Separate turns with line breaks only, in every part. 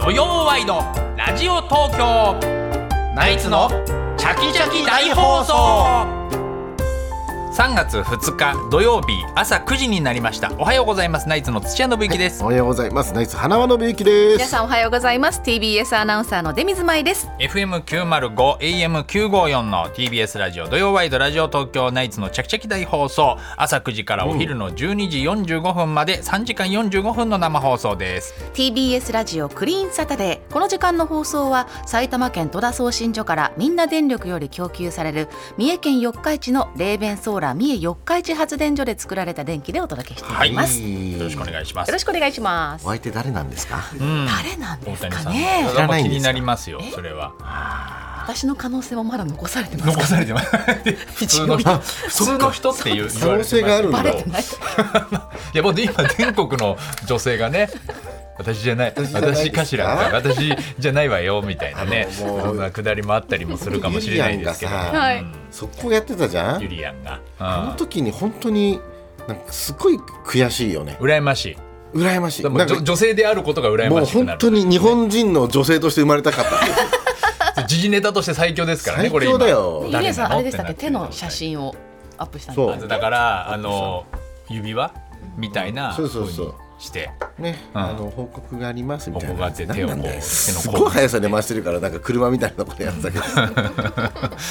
イのラジオ東京ナイツのチャキチャキ大放送3月2日土曜日朝9時になりましたおはようございますナイツの土屋信之です、
おはようございます。ナイツ花輪信之で
皆
す。
さんおはようございます TBS アナウンサーの出水舞です
FM905 AM954 の TBS ラジオ土曜ワイドラジオ東京ナイツのチャキチャキ大放送朝9時からお昼の12時45分まで3時間45分の生放送です、
TBS ラジオクリーンサタデーこの時間の放送は埼玉県戸田送信所からみんな電力より供給される三重県四日市の冷弁ソーラー三重四日市発電所で作られた電気でお届けしております、よ
よろしくお願いします
ろしくお願いします
お相手誰なんですか。
うん
誰なんです
大谷
か
さん
ね
知らないん
気
ですか
になりますよそれは
私の可能性もまだ残されてます
残
か
され てます普通の人普通の人っていう
可能性があるん
言わ
だ
れ
バ
て
レ
ます
てない
いやもう今全国の女性がね私じゃない
じゃないです
私
か
かしらみたいな私じゃないわよみたいなね
あのもう
そんなくだりもあったりもするかもしれないですけど
ユリアン
がさはい
うん
速攻やってたじゃ
ユ
ん。
リアンが
あの時に本当になんかすごい悔しいよね
う。ん羨まし
羨まし
い
い。
でも
なんか
女女性であることが羨
も
ま
う
しくな
本当
る
に日本人の女性として生まれたかった。
時事ネタとして最強ですからねこれ
最強だよ
今
ゆりえさんあれでしたっけ手
誰な
の写真をアップしたん
そ
で
う
だからあの指輪みたいな
そうそうそ
風
う
にして
ね、あの報告がありますみたいな。
報告があって手をこう
なんなんだ
手の
よ
甲
すごい速さで回してるからなんか車みたいなことやってた けど。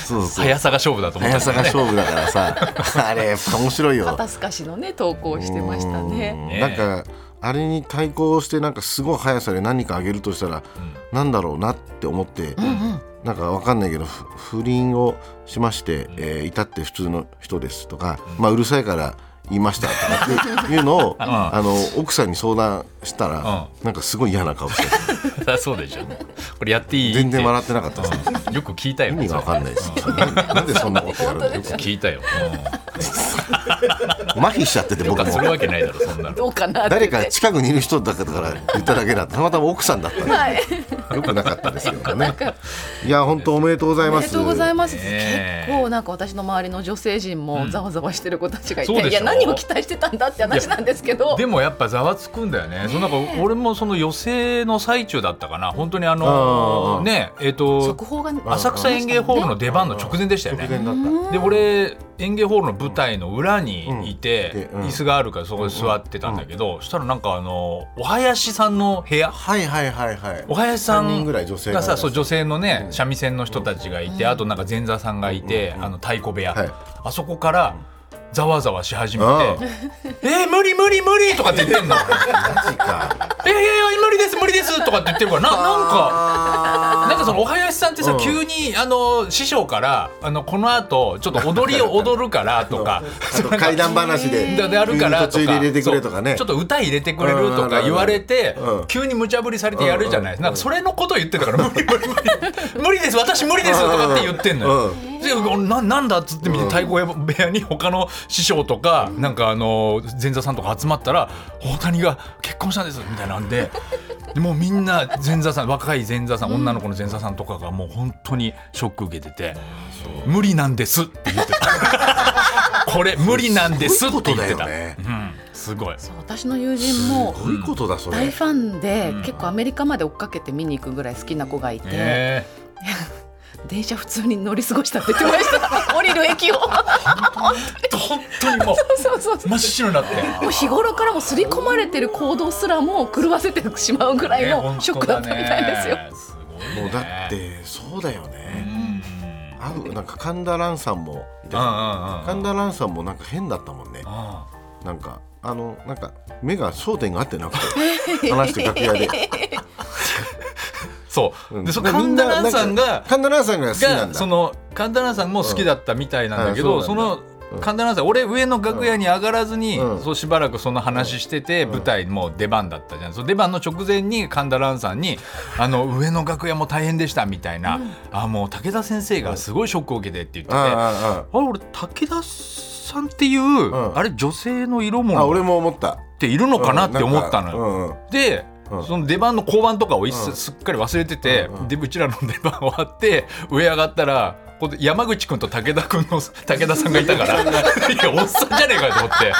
そうそう。
速さが勝負だと思って
速さが勝負だからさ、あれやっぱ面白いよ。
肩透かしのね投稿してましたね
ね
なんかあれに対抗してなんかすごい速さで何かあげるとしたら、なんだろうなって思って、なんかわかんないけどふ不倫をしまして、えー至って普通の人ですとか、まあうるさいから言いましたとか っていうのを、あの奥さんに相談したら、なんかすごい嫌な顔して
そ
た
りゃ そうでしょこれやっていいって
全然笑ってなかったです、
うんよく聞いたよ
意味がわかんないです、なんでそんなことやるんだよ
聞いたよ、
麻痺しちゃってて
うん、どう
僕
か
も
するわけないだろそんなの
どうかなって
誰か近くにいる人だから言っただけだったたまたま奥さんだったんで
はい
よくなかったですけどね。いや、本当おめでとうござい
お
ま
め
す。
でとうございます、
ねえ
結構なんか私の周りの女性陣もざわざわしてる子たちがいて、
そうで
い
しょ
や何を期待してたんだって話なんですけ ど
でもやっぱざわつくんだよね。そのなんか俺もその寄席の最中だったかな。本当にあの
うん
ねえっ、と
速報が
浅草演芸ホールの出番の直前でしたよ
直
ね。
前だった。
で俺演芸ホールの舞台の裏にいて、
うんうん
椅子があるからそこで座ってたんだけど、そしたらなんかあのお囃子さんの部屋
はいはいはいはい。
お囃子さ
3人
ん
ぐらい女性
が
が
さそう女性のね三味線の人たちがいて、あとなんか前座さんがいて、あの太鼓部屋、
はい
あそこからざわざわし始め
あ
て「えー無理無理無理!」とかって言ってん の「
マ ジか。
えいやいや無理です無理です!」とかって言ってるからななんか。
あ
なんかそのお囃子さんってさ、
うん
急にあの師匠からあのこの後ちょっと踊りを踊るからとか
と階段話で。
であるからと
途中で
か
入れてくれとかね。
そうちょっと歌入れてくれるとか言われて
うんうん
急に無茶ぶりされてやるじゃないなんかそれのこと言ってたから無理無理無理無理です私無理ですとかって言ってんのよ。
う
でななんだっつって見て太鼓部屋に他の師匠とかなんかあの前座さんとか集まったら大谷が結婚したんですみたいなんで。でもうみんな前座さん若い前座さん女の子の前座さんとかがもう本当にショック受けてて「無理なんです」って言って たこれ無理なんですって言って
すごいこと
た、
だよね
うん、すごい
そう私の友人も
どういうことだそ
大
れ。
ファンで、結構アメリカまで追っかけて見に行くぐらい好きな子がいて、
え
電車普通に乗り過ごしたって言ってまし た降りる駅を
ー、本当にも
そうそうそう
う真っ白になって。
もう日頃からも刷り込まれてる行動すらも狂わせてしまうぐらいのショックだったみたいですよ、
ね。すごいね
もうだっ。てそうだよ
う
ね。
ん
あるなんか神田蘭さんもいた
う
じ
ん
ゃん。
うんうん
神田蘭さんもなんか変だったもんね。
あ
なんかあのなんか目が焦点が合ってなくて 話して楽屋で。
そう、
うん
でその神田蘭さんが
神田蘭さんが好きなん
が
だ。
その神田蘭さんも好きだったみたいなんだけど、
うんあ
そ
そうなんだ
の神田蘭さん俺上の楽屋に上がらずに、
うん
そうしばらくその話してて、舞台もう出番だったじゃんその出番の直前に神田蘭さんに「あの上の楽屋も大変でした」みたいな「あもう武田先生がすごいショックを受けて」って言ってて、
ああああ
あれ俺武田さんっていう、
ん
あれ女性の色
あ
物
俺
っ
も思った
ているのかなって思ったのよ。
よ、うん
で、
うん
その出番の交番とかをいっす,、
う
っ
ん
かり忘れてて、
うんうん
でうちらの出番終わって上上がったらここで山口君と武田君の武田さんがいた からいやおっさんじゃねえかよと思って。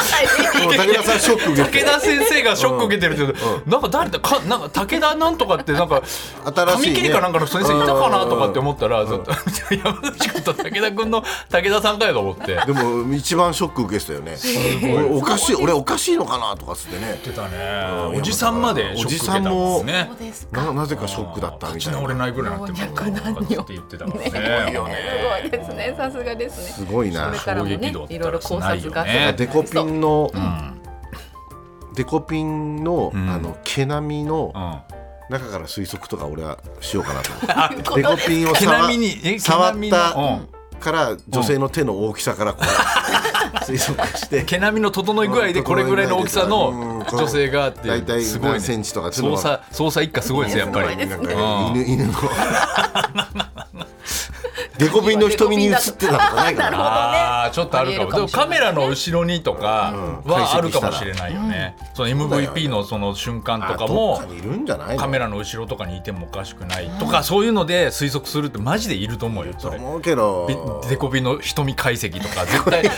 武田さんショック受 け
武
て
田先生がショック受けてるって言うと、なんか誰だかなんか武田なんとかってなんか
新しいね
髪切りかなんかの先生いたかなとかって思ったら、ずっと 山口君と武田君の武田さんかよと思って。
でも一番ショック受けてたよね俺おかしい俺おかしいのかなとかっつってね
言ってたね。おじさんまでショック受けたんですね
そう。ですか
ななぜかショックだった
立
み
ち
たい
直れ
な
ないぐらいになって
老若男女
って言ってたからね。
すごいですね。さすがですね。
すごいな
それからもね、いろいろ考察が。
ね
デコピンの、デコピンの、あの毛並みの
うん
中から推測とか俺はしよう かなと思って
あ
デコピンを
毛
触
並みにえ毛
触
並
っ
みの
たから女性の手の大きさ からこう推測して
毛並みの整い具合でこれぐらいの大きさの女性があって
大体
すごいね
何センチとかっていうの
捜
は
査捜査一課すごいですねやっぱり
なんか
うん
犬犬のデコピンの瞳に映ってたとかないかな
あーちょっとあるかも
あ
で
りえ
も
るか
カ
もし
メ
れな
ラの後ろにとか
うん
はあるかもしれないよね、その
だよね
MVP のその瞬間と
あ
か
どっ
も
かにいるんじゃないの
カメラの後ろとかにいてもおかしくないとかそういうので推測するってマジでいると思うよ
と
それ
思うけど
びデコビの瞳解析とか絶対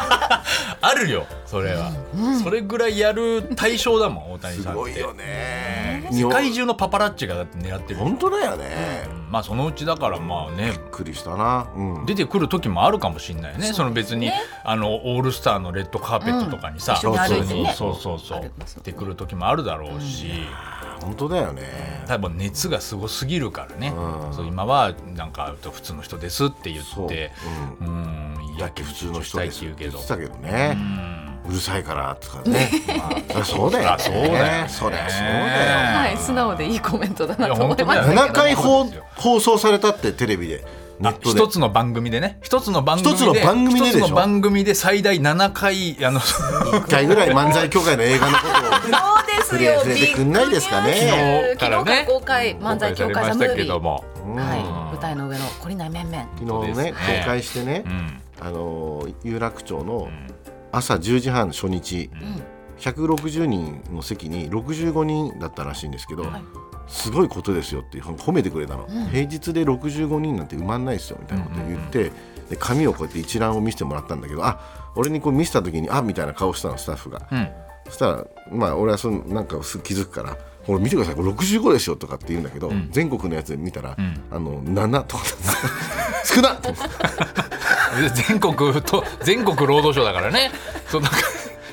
あるよそれは、それぐらいやる対象だもん大谷
す
さん
ご
っ
い
て
よね
世界中のパパラッチがだって狙ってる
本当だよね
まあそのうちだからまあね
びっくりしたなうん
出てくる時もあるかもしれないよねその別にあのオールスターのレッドカーペットとかにさ、
うん
一緒に歩いてね
そうそうそうそう
歩きますよね
出てくる時もあるだろうし、
本当だよね
多分熱がすごすぎるからね、
うん
そう今はなんか普通の人ですって言
そう
って
う
うん
だって普通の人です
言
言
うけ
って
ど
たけどねうるさいからとかねまあそりゃそうだよ
あそうだよね
ねそりゃそうだよ
はい、素直でいいコメントだなと思
い
い
や本当だ
ま
よ
したけど。
7回
そう
放
ですよ
放送されたってテレビでネットで
一つの番組でね一つの番組で
一つの番組ででしょ
一つの番組で最大7回あの昨
1回ぐらい漫才協会の映画のこと
そうで
を
す
触れ
よ。
触れてくんないですか
びっくり
ね
日か
昨
ら
日から
ね
公開漫才協
公
会ザ
開されました
ムー
け
ビー。
ど
は
も、
い、舞台の上の懲りない面々。
昨日ね
本当ですね
公開してね
うん、
あのー有楽町の朝10時半初日、160人の席に65人だったらしいんですけど、
はい
すごいことですよっていう褒めてくれたの、平日で65人なんて埋まんないですよみたいなこと言って、で紙をこうやって一覧を見せてもらったんだけどあ俺にこう見せた時にあみたいな顔したのスタッフが、
ん
そしたらまあ俺はそのなんかすぐ気づくから。これ見てくださいこれ65ですよとかって言うんだけど、全国のやつで見たら、あの7とかだった少なっと思って
全国と全国労働省だからねそうなんか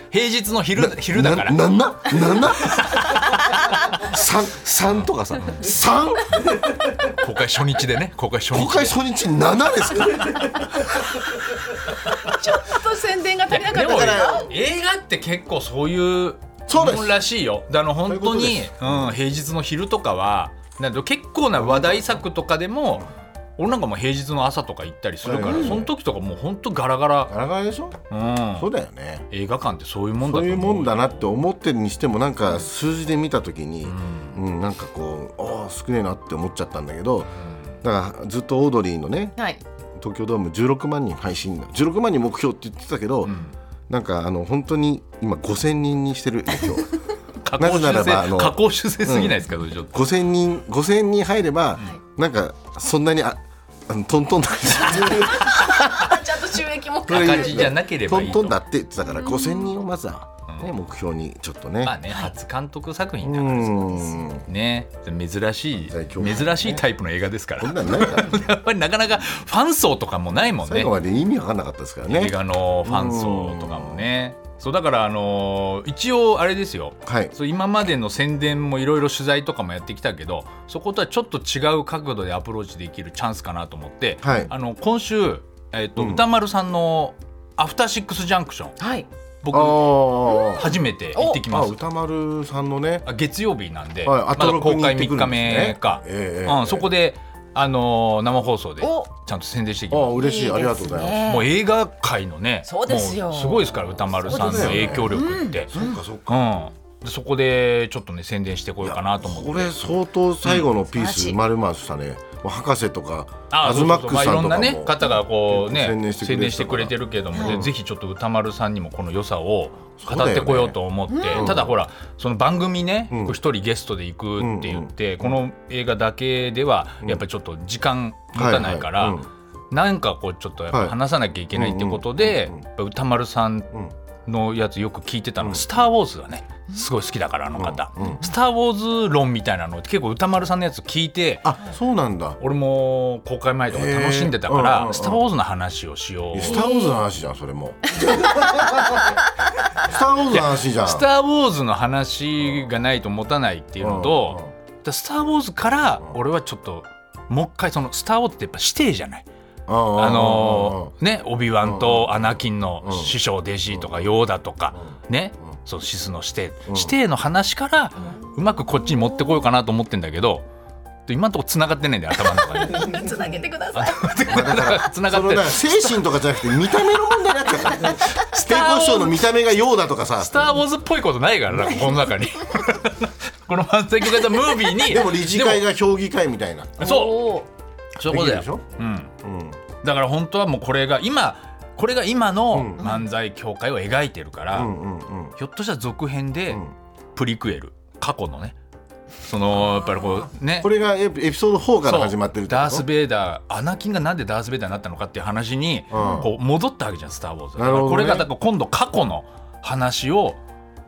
平日の昼 昼だから
なななな三三とかさ三
公開初日でね公開初
公
日
開初日七ですか
ちょっと宣伝が足りなか
で
った
も
から。
映画って結構そういう
そうです
もんらしいよだから本当
そうい
に
うこ
うん、平日の昼とかはなんだ結構な話題作とかでも俺なんかもう平日の朝とか行ったりするから、
はいはいはい
その時とかもう本当ガラガラ、
ガラガラでしょ
うん、
そうだよね
映画館ってそういうもんだ
そ
と
うい
思
う
う
もんだなって思ってるにしてもなんか数字で見た時に、うんなんかこうああ少ねえなって思っちゃったんだけどだからずっとオードリーのね
はい。
東京ドーム16万人配信16万人目標って言ってたけど、なんかあの本当に今5000人にしてる目標。
加工
なぜな
修
ら
正
ばあの
加工修正すぎないですか、それちょっと
五千人五千人入れば、なんかそんなにああのトントンだ
あちゃんと収益も。
赤字じゃなければいいと
トントンだって言ってたから五千人をまずは、ね目標にちょっとね。
まあね初監督作
う
品だからさ
ーん。
ね珍しい
大凶ね
珍しいタイプの映画ですか
こん
ら
なんないから、
やっぱりなかなかファン層とかもないもん
最
ね
後まで意味わかんなかったですから
映
ね。
画のファン層とかもねそうだからあのー一応あれですよ
はい。
そう今までの宣伝もいろいろ取材とかもやってきたけどそことはちょっと違う角度でアプローチできるチャンスかなと思って、
はい
あの今週、えっと
うん
歌丸さんの「アフターシックスジャンクション
はい。」
僕
あ
初めて行ってき
あ。あ
ます
歌丸さんのね。
あ月曜日なんで、
はい
まだ公開3日目か、
アトロクに行ってくるんですねええ
うん、そこで、あのー生放送で
お
ちゃんと宣伝していき
あ
ま
あ
す
嬉しいありがとうございます。
もう
いいで
映画界のね
そうですよ
もうすごいですから歌丸さんの影響力ってそ,、
そっかそっ
う
か。
んでそこでちょっとね宣伝してこようかなと思って
これ相当最後のピー
素晴らし
ス
い
丸々したね。もう博士とか
あ
アズ
そう
マ
そう
ッ
そう
クさんと
まあ、い
か
ろん
も。
なね方がこうね
宣
宣
伝
伝
してくれてたから
してくれてるけども、でぜひちょっと歌丸さんにもこの良さを語ってこようと思って、
そうだよねうん
ただほらその番組ね
うん
僕一、人ゲストで行くって言って、この映画だけではやっぱりちょっと時間持たないから、
はいはいうん
なんかこうちょっとやっぱ話さなきゃいけないってことで
うんうんうんうん
やっぱ歌丸さん
うん
のやつよく聞いてたのが「
うん
スター・ウォーズ」がねすごい好きだからあの方
うんうん
「スター・ウォーズ」論みたいなのって結構歌丸さんのやつ聞いて
あそうなんだ
俺も公開前とか楽しんでたか
へーうんうん
ら
う
「
ん
スター・ウォーズ」の話をしよ
いうや。スター・ウォーズの話じゃんそれ もスター・ウォーズの話じゃん
スター・ウォーズの話がないと持たないっていうのと、でスター・ウォーズから
うん
俺はちょっともう一回そのスター・ウォーズってやっぱ師弟じゃない、
うんうんうん
あのーねオビワン
う
と
ん
アナキンの師匠弟子とかヨーダとかね
うん
そのシスの師弟
うん
師弟の話からうまくこっちに持ってこようかなと思ってんだけど今んとこ繋がってないんだよ頭の中に
つなげてください。
繋がっ
その
てる
だから精神とかじゃなくて見た目の問題だった からステーコーショーの見た目がようだとかさ
スター・ウォーズっぽいことないからなこの中に この漫才曲型ムービーに
でも理事会が評議会みたいな
でもそうそういうことだ
できる
よ、うん、
でしょうん
だから本当はもうこれが今これが今の
うん
漫才協会を描いてるから、
うんうんうん
ひょっとしたら続編で
うん
プリクエル過去のねそのやっぱりこうね
これがエピエピソード4か
そ
ら
う
始まってるってこと
ダース・ベイダーアナキンがなんでダース・ベイダーになったのかっていう話に
うん
こう戻ったわけじゃん「スター・ウォーズ」だ
な
か
る
ら
ほどね
これがだから今度過去の話を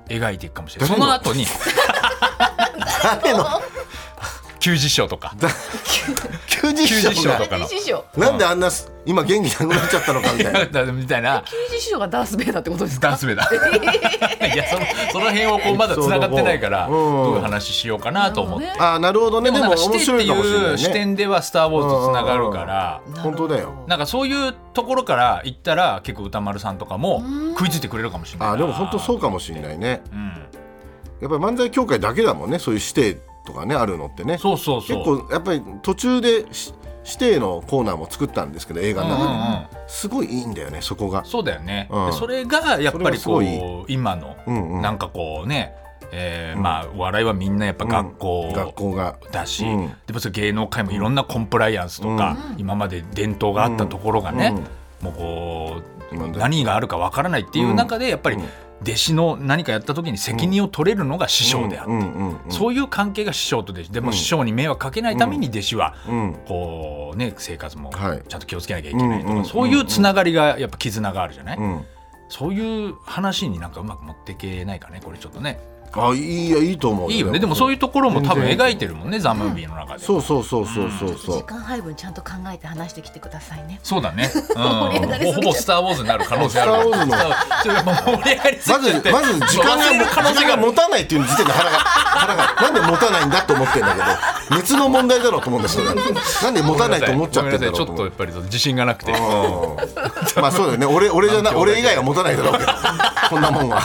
描いていくかもしれないそ
誰の
の後に
誰の
旧実証とか
休日
休日
賞
賞
が
とかの
師匠。
なんであんなす今元気なくなっちゃったのかみたいな
みたいな
旧師匠がダースベイダーってことです
ダ
か
ン。スベイダ ーいやそのその辺をこうまだ繋がってないから
うん
どういう話しようかなと思って。
なるほどね
あーなるほどね
で
で
もな
も
んかし
面
てっ
白
て
いかもしれないいう
視
ね
点では「スター・ウォーズ」とつながるから
本当だよ
なんかそういうところから行ったら結構歌丸さんとかも食いついてくれるかもしれない、
あーでも本当そううかもしれないね
うん、
やっぱり漫才協会だけだもんねそういう指定とかねあるのってね
そうそうそう
結構やっぱり途中でし指定のコーナーも作ったんですけど映画の
うんう
中
ん
で、
うん
すごいいいんだよねそこが
そうだよね、
うん
でそれがやっぱり
それがす
こう今の、
うんうん
なんかこうね、えー
うん
まあお笑いはみんなやっぱ学
うん学
校
校が
だし、
うん
でもそれ芸能界もいろんなコンプライアンスとか、今まで伝統があったところがね、もうこう
なんだ
何があるかわからないっていう中でやっぱり
うん
弟子の何かやった時に責任を取れるのが師匠である、
うんうんうんうん
そういう関係が師匠と弟子でも
うん
師匠に迷惑かけないために弟子は
うん
こう、ね、生活も
はい
ちゃんと気をつけなきゃいけないと
うんうんうんう
か
ん
そういうつながりがやっぱ絆があるじゃない、
うん
そういう話になんかうまく持っていけないかねこれちょっとね
あいいよいいと思う
いいよねでもそういううところも多分
全然
描いてるもんね「ザ・ムービーの中で。
そうそうそうそうそうそ
時
う
間配分ちゃんと考えて話してきてくださいね。
そうだね、うん、
盛り上がりすぎち
ほ
ゃう
ぼ「スター・ウォーズ」になる可能性ある
スターウォーズの
ちょっともう盛り上がりす
ま
ぎちゃっ
ず
て
まず時間
忘れ
が
る可能
時
性
間
が
が持たないっていう時点で腹が腹がなんで持たないんだと思ってんだけど熱の問題だろうと思うんですよなんで持たないと思っちゃってんだろう
ごめんなさいち
と
ょっと
思
や
う
っぱり自信がなくて
うんまあそうだよね俺俺じゃな俺以外は持たないだろうけどこんな もんは。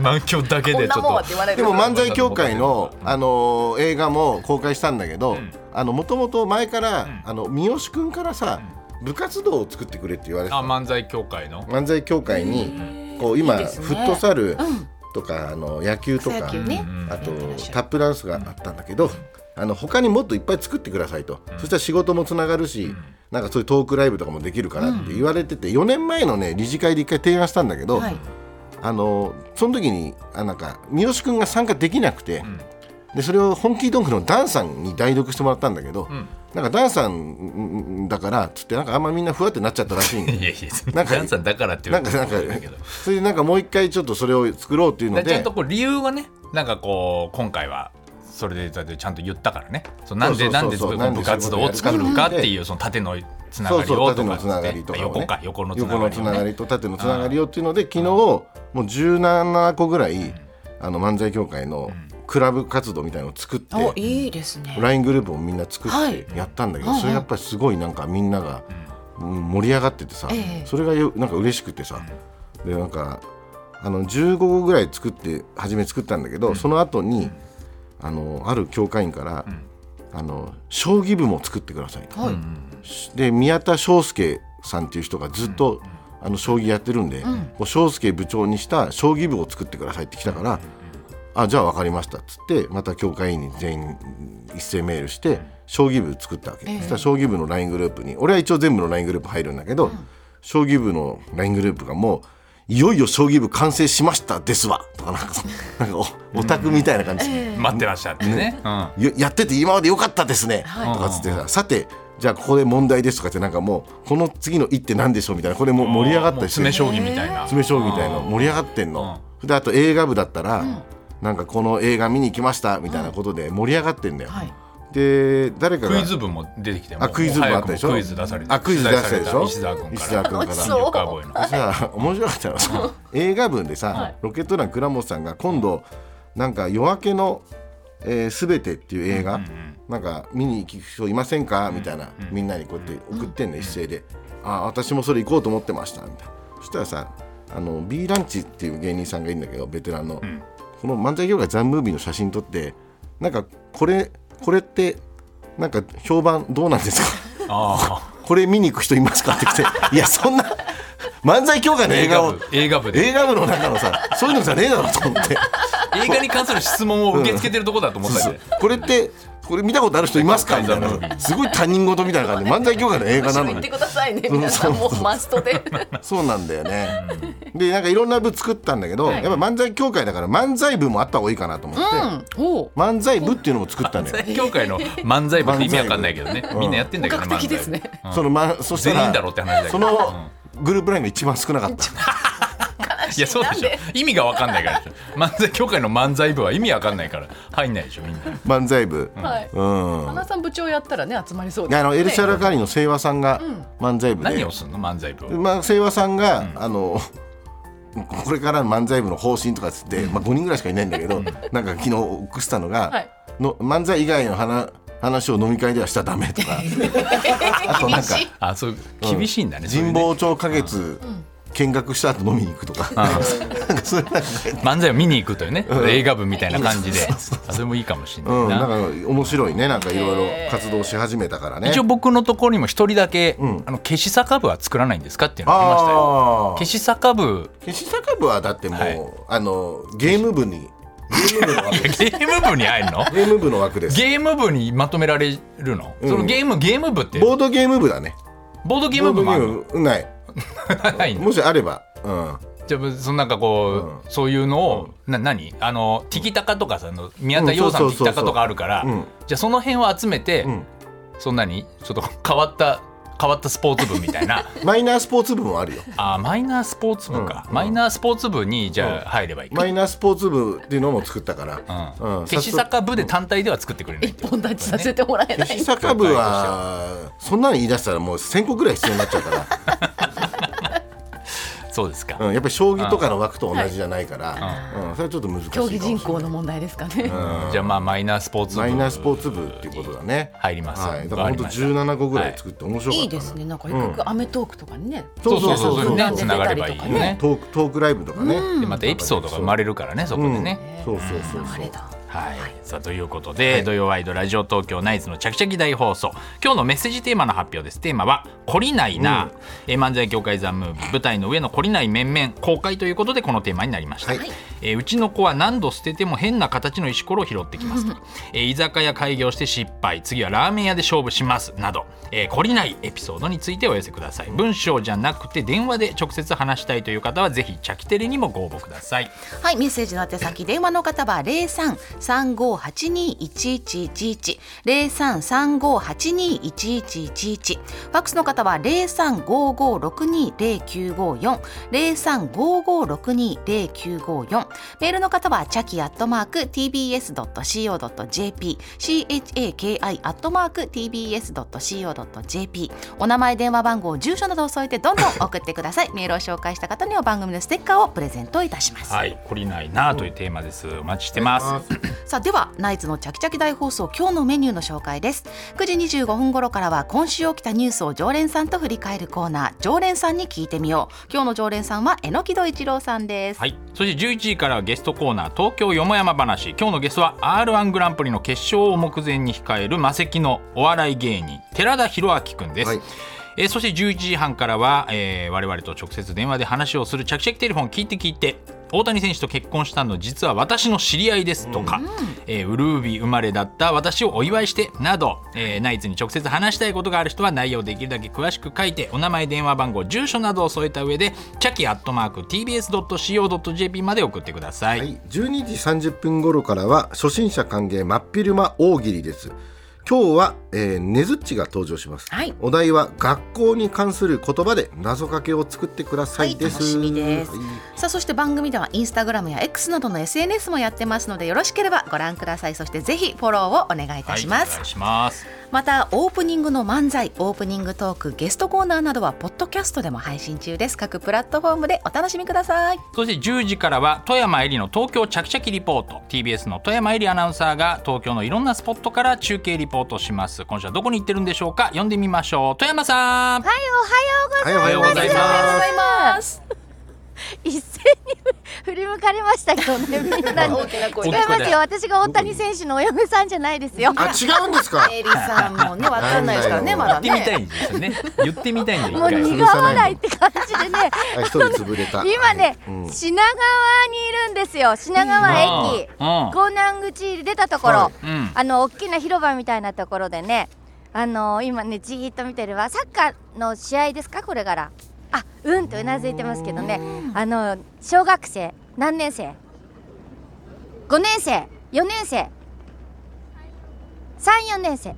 満響だけ
こん
でち
な
ょっ
もんはっ
と
て言われる。
でも漫才協会の、あのー映画も公開したんだけど、
ん
あのもともと前から、
ん
あの三好君からさ、部活動を作ってくれって言われて
あ
た
漫才協会の
漫才協会にこう今
いいですね
フットサル
うん
とか、あの野球と
草野
か、
球ね。
あと
やってらっしゃる
タップダンスがあったんだけど、あの他にもっといっぱい作ってくださいと、そしたら仕事もつながるし、なんかそういうトークライブとかもできるからって言われてて、4年前のね理事会で一回提案したんだけど、
はい。
あのその時にあなんか三好君が参加できなくて、でそれを本気ドンクのダンさんに代読してもらったんだけど、なんかダンさんだからっつってなんかあんまみんなふわってなっちゃったらしいん
い
で
やいや
なんか
ダンさんだからって言
な
うんと
かなんか
だけど
それでなんかもう一回ちょっとそれを作ろうっていうの
だからちゃん
で
とこう理由がねなんかこう今回はそれでだってちゃんと言ったからねそうなんで
そう
な
そ
ん
う
で
そうそう
部活動を作るかっていうその縦のつな
そ
が
う
り
そう
を
縦
と
の
か
つながりとかを、ね、
横か横のつな
横
が
の
り
つ
を
なが
ね
りと縦のつながりをっていうので昨日もう17個ぐらい、あの漫才協会のクラブ活動みたいのを作って、
おいいですね。
LINE グループをみんな作
は
っ
い
てやったんだけど、
うんうん
それやっぱりすごいなんかみんながうん盛り上がっててさ、
ええ
それがよなんか嬉しくてさ、でなんかあの15個ぐらい作って初め作ったんだけど、その後にあのある教会員から、あの将棋部も作ってくださいと、
はい。
で宮田翔介さんっていう人がずっと、あの将棋やってるんで、こう翔介部長にした将棋部を作ってくださいって来たから、あじゃあ分かりましたっつってまた教会員に全員一斉メールして将棋部作ったわけ、そしたら将棋部の LINE グループに俺は一応全部の LINE グループ入るんだけど、将棋部の LINE グループがもういよいよ将棋部完成しましたですわとかなんかそなんかおオタクみたいな感じ、
待ってましたってねうん
よやってて今まで良かったですね、とかっつってさ、さてじゃあここで問題ですとかってなんかもうこの次の一手なんでしょうみたいなこれもう盛り上がったりして
詰め将棋みたいな
詰め将棋みたいなの盛り上がってんの、であと映画部だったら、なんかこの映画見に行きましたみたいなことで盛り上がってんだよ、
はい
で誰か
ク
が
イズ部も出てきて
あクイズ部あったでしょ
早くもクイズ出されて
あクイズ出されたでしょ
石澤君
石
か
澤
ら
君から
楽しそう
新横川越の
さあ面白かったのはさ映画文でさ、ロケット団倉本さんが今度なんか「夜明けのすべ、全て」っていう映画、なんか見に行く人いませんかみたいな、みんなにこうやって送ってんの、一斉で「あ私もそれ行こうと思ってました」みたいなそしたらさあの B ランチっていう芸人さんがいるんだけどベテランの、この漫才業界ザンムービーの写真撮ってなんかこれこれってなんか評判どうなんですか
あ
これ見に行く人いますかっ て来ていやそんな漫才協会
あ
の映画を
映画部で
映画部の中のさそういうのじゃねえだろと思 って
映画に関する質問を受け付けてるとこだと思ったんで
これってこれ見たことある人いますかみたいなすごい他人事みたいな感じで漫才協会の映画なの
言って
に
くださいね皆さんもうマストで
そうなんだよねでなんかいろんな部作ったんだけど、やっぱ漫才協会だから漫才部もあった方がいいかなと思って、
お う
漫才部っていうのも作ったんだよ
協会の漫才部って意味わかんないけどねみんなやってんだ
本
けどね
格的ですね
漫才
そのまそしたら
全員だろって話だけど
そのグループラインが一番少なかった
部いや そうでしょ意味がわかんないからでしょ漫才協会の漫才部は意味わかんないから入んないでしょみんな
漫才部
はい
うん
花さん部長やったらね集まりそう
であのエルシャ
ね
ラカーニの清和さんが漫才部で、
何をすんの漫才部は
まあ、清和さんが、あのこれからの漫才部の方針とかっつって、まあ、5人ぐらいしかいないんだけどなんか昨日送ってたのが、
はい
の漫才以外の話話を飲み会ではしちゃダメ とかあとなんか
あそう厳しいんだねそういう
神
ね
保町花月見学した後飲みに行くとか なんかそういうなんか
漫才を見に行くというね映画部みたいな感じであそれもいいかもしれ
うん、
ない
な
なん
か面白いねなんかいろいろ活動し始めたからね。
一応僕のところにも一人だけ、
ん
あの消し酒部は作らないんですかっていうのが来ましたよ
ああ
消し酒部
消し坂部はだってもう、
はい
あのゲーム部にゲーム部の枠
いやゲーム部に入る の
ゲーム部の枠です
ゲーム部にまとめられるの、
ん
そのゲームゲーム部ってボ
ボードゲーム部だね
ードゲーム部もあるの
ボードゲーム部ない
ないの
もしあればうん
じゃあそのなんかこう、そういうのを、な何あのティキタカとかさあの宮田洋さん
う
の
ん
ティキ
そうそうそうそう
タカとかあるから、
うん
じゃあその辺を集めて、
ん
そんなにちょっと変わった変わったスポーツ部みたい な
マイナースポーツ部もあ るよ
あーマイナースポーツ部か、マイナースポーツ部にじゃあ入ればいいか、
マイナースポーツ部っていうのも作ったから、
うん
うん
消し坂部で単体では作ってくれない
一本立ちさせてもらえない
消し坂部はそんなの言い出したらもう1000個ぐらい必要になっちゃうか
そうですか、
ら、うん、やっぱり将棋とかの枠と同じじゃないから、うんそれはちょっと難しいかもしれ
競技
ない
人口の問題ですかね、
じゃあまあマイナースポーツ部
マイナースポーツ部っていうことだね
入ります
はい、だから本当
わかりました
17個ぐらい作って面白かったな、
いいですねなんかよくアメトークとかにね、
そうそうそうそう
皆さん
そうそうそうね繋がればいいよ
出てたりとか
ね
トークトークライブとかね、
でまたエピソードが生まれるからねそこでね、
そうそうそう
あ
そう
れだ
はい、さあということで、土曜ワイドラジオ東京ナイツのちゃきちゃき大放送今日のメッセージテーマの発表ですテーマは「懲りないな」えー漫才協会ザムービー舞台の上の懲りない面々公開ということでこのテーマになりました、
はいはい
えーうちの子は何度捨てても変な形の石ころを拾ってきますと、えー居酒屋開業して失敗次はラーメン屋で勝負しますなど、えー懲りないエピソードについてお寄せください文章じゃなくて電話で直接話したいという方はぜひチャキテレにもご応募ください
はい、メッセージの宛先、電話の方は零三三五八二一一一一。零三三五八二一一一一。ファックスの方は零三五五六二零九五四。零三五五六二零九五四。メールの方はチャキアットマーク T. B. S. ドット C. O. ドット J. P. C. H. A. K. I. アットマーク T. B. S. ドット C. O. ドット J. P.。お名前、電話番号、住所などを添えて、どんどん送ってください。メールを紹介した方には番組のステッカーをプレゼントいたします。
はい、懲りないなというテーマです。お待ちしてます。
さあではナイツのチャキチャキ大放送今日のメニューの紹介です9時25分頃からは今週起きたニュースを常連さんと振り返るコーナー常連さんに聞いてみよう今日の常連さんは榎木戸一郎さんです、
はい、そして11位からはゲストコーナー東京よもやま話今日のゲストは R1 グランプリの決勝を目前に控える魔石のお笑い芸人寺田博明くんです、
はい
えーそして11時半からは、えー我々と直接電話で話をするチャキチャキテレフォン聞いて聞いて大谷選手と結婚したの実は私の知り合いですとか、えーウルービー生まれだった私をお祝いしてなど、えーナイツに直接話したいことがある人は内容をできるだけ詳しく書いてお名前電話番号住所などを添えた上でチャキアットマーク TBS.CO.JP まで送ってください、
はい、12時30分頃からは初心者歓迎真っ昼間大喜利です今日は、えー、ねずっちが登場します、
はい
お題は学校に関する言葉で謎かけを作ってくださ
はい
いです、
楽しみです
はい
さあそして番組ではインスタグラムや X などの SNS もやってますのでよろしければご覧くださいそしてぜひフォローをお願いいたしま
はいお
す、
願いします
またオープニングの漫才オープニングトークゲストコーナーなどはポッドキャストでも配信中です各プラットフォームでお楽しみくだ さい
そして10時からは富山えりの東京ちゃきちゃきリポート TBS の富山えりアナウンサーが東京のいろんなスポットから中継リポートします今週はどこに行ってるんでしょうか読んでみましょう富山さん、
はいおはよ
お
うござい
はようござい
ま
ます
ざいます
一斉に振り向かれましたけどね、みんなに。違い
な
声で
ますよ、私が大谷選手のお嫁さんじゃないですよ。
あ違うんです か
エリさんもねわかんないですからねま
言
だ
ってみた
ね
いですよね言ってみたいんで一
もう
回
苦笑いって感じでね、
はい一人潰れた
今ね、
うん
品川にいるんですよ、品川駅。
うん
港南口出たところ、
は
うん
あの大きな広場みたいなところでね、あの今ね、じーっと見てるわ、サッカーの試合ですか、これから。あうんとうなずいてますけどね、あの小学生、何年生 ?5 年生、4年生、3、4年生。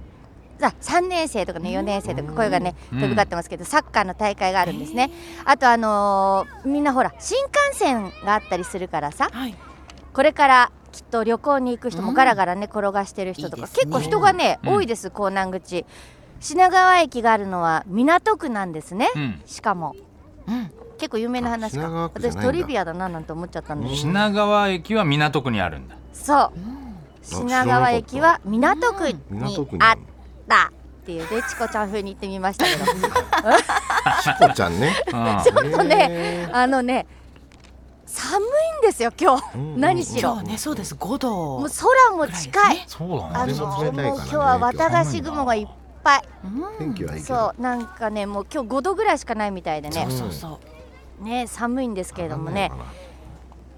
さ3年生とかね4年生とか声がね
うん
飛び交ってますけどサッカーの大会があるんですねあとあのーみんなほら新幹線があったりするからさ
はい
これからきっと旅行に行く人
う
も
ん
ガラガラね転がしてる人とか
いいですね
結構人がね、
うん
多いです港南口品川駅があるのは港区なんですね、
うん
しかも
うん
結構有名な話
あ品川
か
区じゃない
私
んだ
トリビアだななんて思っちゃったんですけど、
品川駅は港区にあるんだ
そう
知らなかった
品川駅は港区
港
に
区に
あったっていうでチコちゃん風に言ってみましたけど
チコちゃんね
うん
ちょっとねあのね寒いんですよ今日、
うん
何しろ
今日はねそうです5度
もう空も
ぐら
近
い
い
です
そうだ
あ
ね
の
風も冷たいからね
もう今日は綿菓子雲がいっぱい
うん
天気はいいけど
そうなんかねもう今日5度ぐらいしかないみたいでね
そうそう
ね寒いんですけれども
上
ね
がんない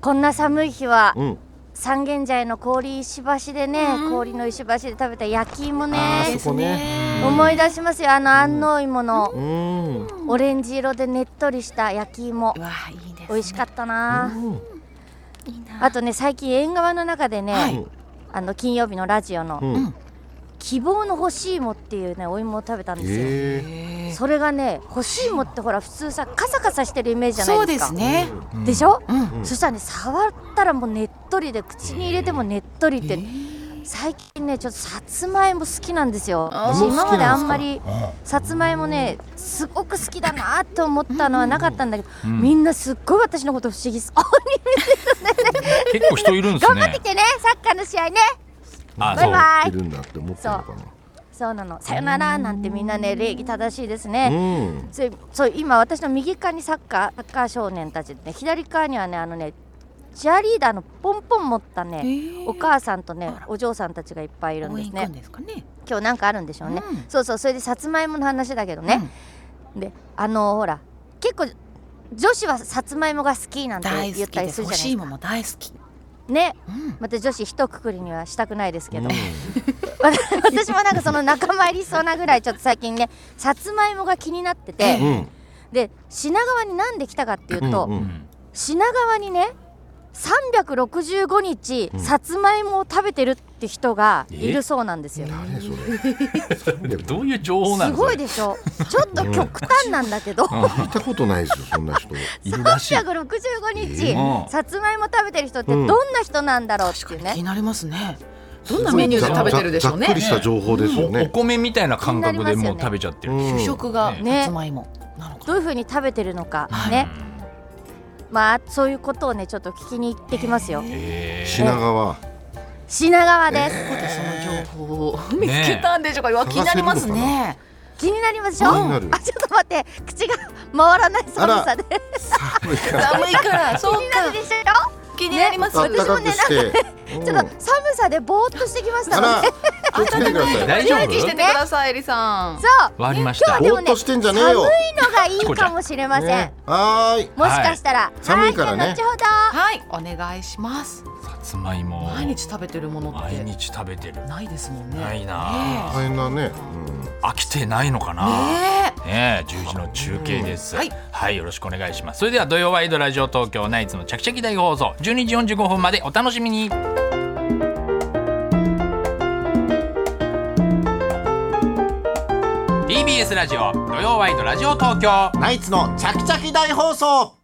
こんな寒い日は
のかなうん
三軒茶屋の氷石橋でね
うん
氷の石橋で食べた焼き芋ね
あ
そう
ーそこね
思い出しますよあの安納芋の
うん
オレンジ色でねっとりした焼き芋
うわいいですね
美味しかったな
うん
いいな
あとね最近縁側の中でね、
はい
あの金曜日のラジオ
う
の
ん
「希望の欲しい芋」っていうねお芋を食べたんですよ、
えー
へー
それがね欲しいもってほら普通さカサカサしてるイメージじゃな
そう
いで
です
か
すね
でしょ、
うん
ん
そしたらね触ったらもうねっとりで口に入れてもねっとりって、最近ねちょっとさつまいも好きなんですよ
あ
私
芋好き
今まであんま
な
りさつまいもねすごく好きだなと思ったのはなかったんだけど、
ん
みんなすっごい私のこと不思議す
結構人いるんです
頑張っ
ね
てきてねサッカーの試合ね
あ
バ
そ
イ
う
バ
い
イ
るんだって思ってるのか
そうなのさよならなんてみんなね礼儀正しいですね、
なうん
そうそう今私の右側にサッカーサッカー少年たちで、ね、左側にはねあのねチアリーダーのポンポン持ったね、お母さんとね
あら
お嬢さんたちがいっぱいいるん
応
で
援
す
行くん
ね
ですかね
今日なんかあるんでしょうね、
うん
そうそうそれでさつまいもの話だけどね、であのほら結構女子はさつまいもが好きなんて
大
言
好
っ
き
たり
ですす
る
欲
じゃ
し
ない
いもの大好き
ね
うん
また女子一括りにはしたくないですけど、
うん
私もなんかその仲間入りしそうなぐらいちょっと最近ねさつまいもが気になってて、
うん
で品川になんで来たかっていうと、
うん
うん
品川にね365日
うん
さつまいもを食べてるって人が
え
いるそうなんですよ。
誰それ
どういう情報な
す
ん
ごいでしょちょっと極端なんだけど
聞いたことないですよそんな人
いるらしい
365日、
うん
さつまいも食べてる人ってど
うん
んな人なんだろうっていう
気に
ね、
なりますねどんなメニューで食べてるでしょう
ざざっく
ね
りした情報ですよ
おお
ね
米みたいな感覚でもう
気になりますよね
食べちゃってる
うん
主食が
ね
さつまいもなのか
どういうふうに食べてるのか
はい
ね、まあそういうことをねちょっと聞きに行ってきますよ
えー
品川
品川です、
どこでその情報を見
ね
つけたんでしょうか、わ気になりますね
気になりますでしょ
気になる
あちょっと待って口が回らない寒さで気
寒いから
寒いから そう
にな
か
るでしょ
気になります、
暖
ね
かくして
ちょっと寒さでぼーっとしてきました
あ
の
ら
で
気をつけてくださ
大
い
リ
丈
ライ
夫
チしててくださいエリさん
そう
割りました
で
ぼー
も
っ
ね
としてんじゃねえよ
寒いのがいいかもしれません、
ねはーい
もしかしたら、はい、
寒いからね
じゃあ後ほど
はいお願いします
さつまいも
毎日食べてるものっ
毎
て
日食べてる
ないですもんね
ない
ね
な
大変だね
飽きてないのか
え
な
ね
ねえ10時の中継です
うんはい
はいよろしくお願いしますそれでは土曜ワイドラジオ東京ナイツのちゃきちゃき大放送12時45分までお楽しみに
TBS ラジオ土曜ワイドラジオ東京
ナイツのチャキチャキ大放送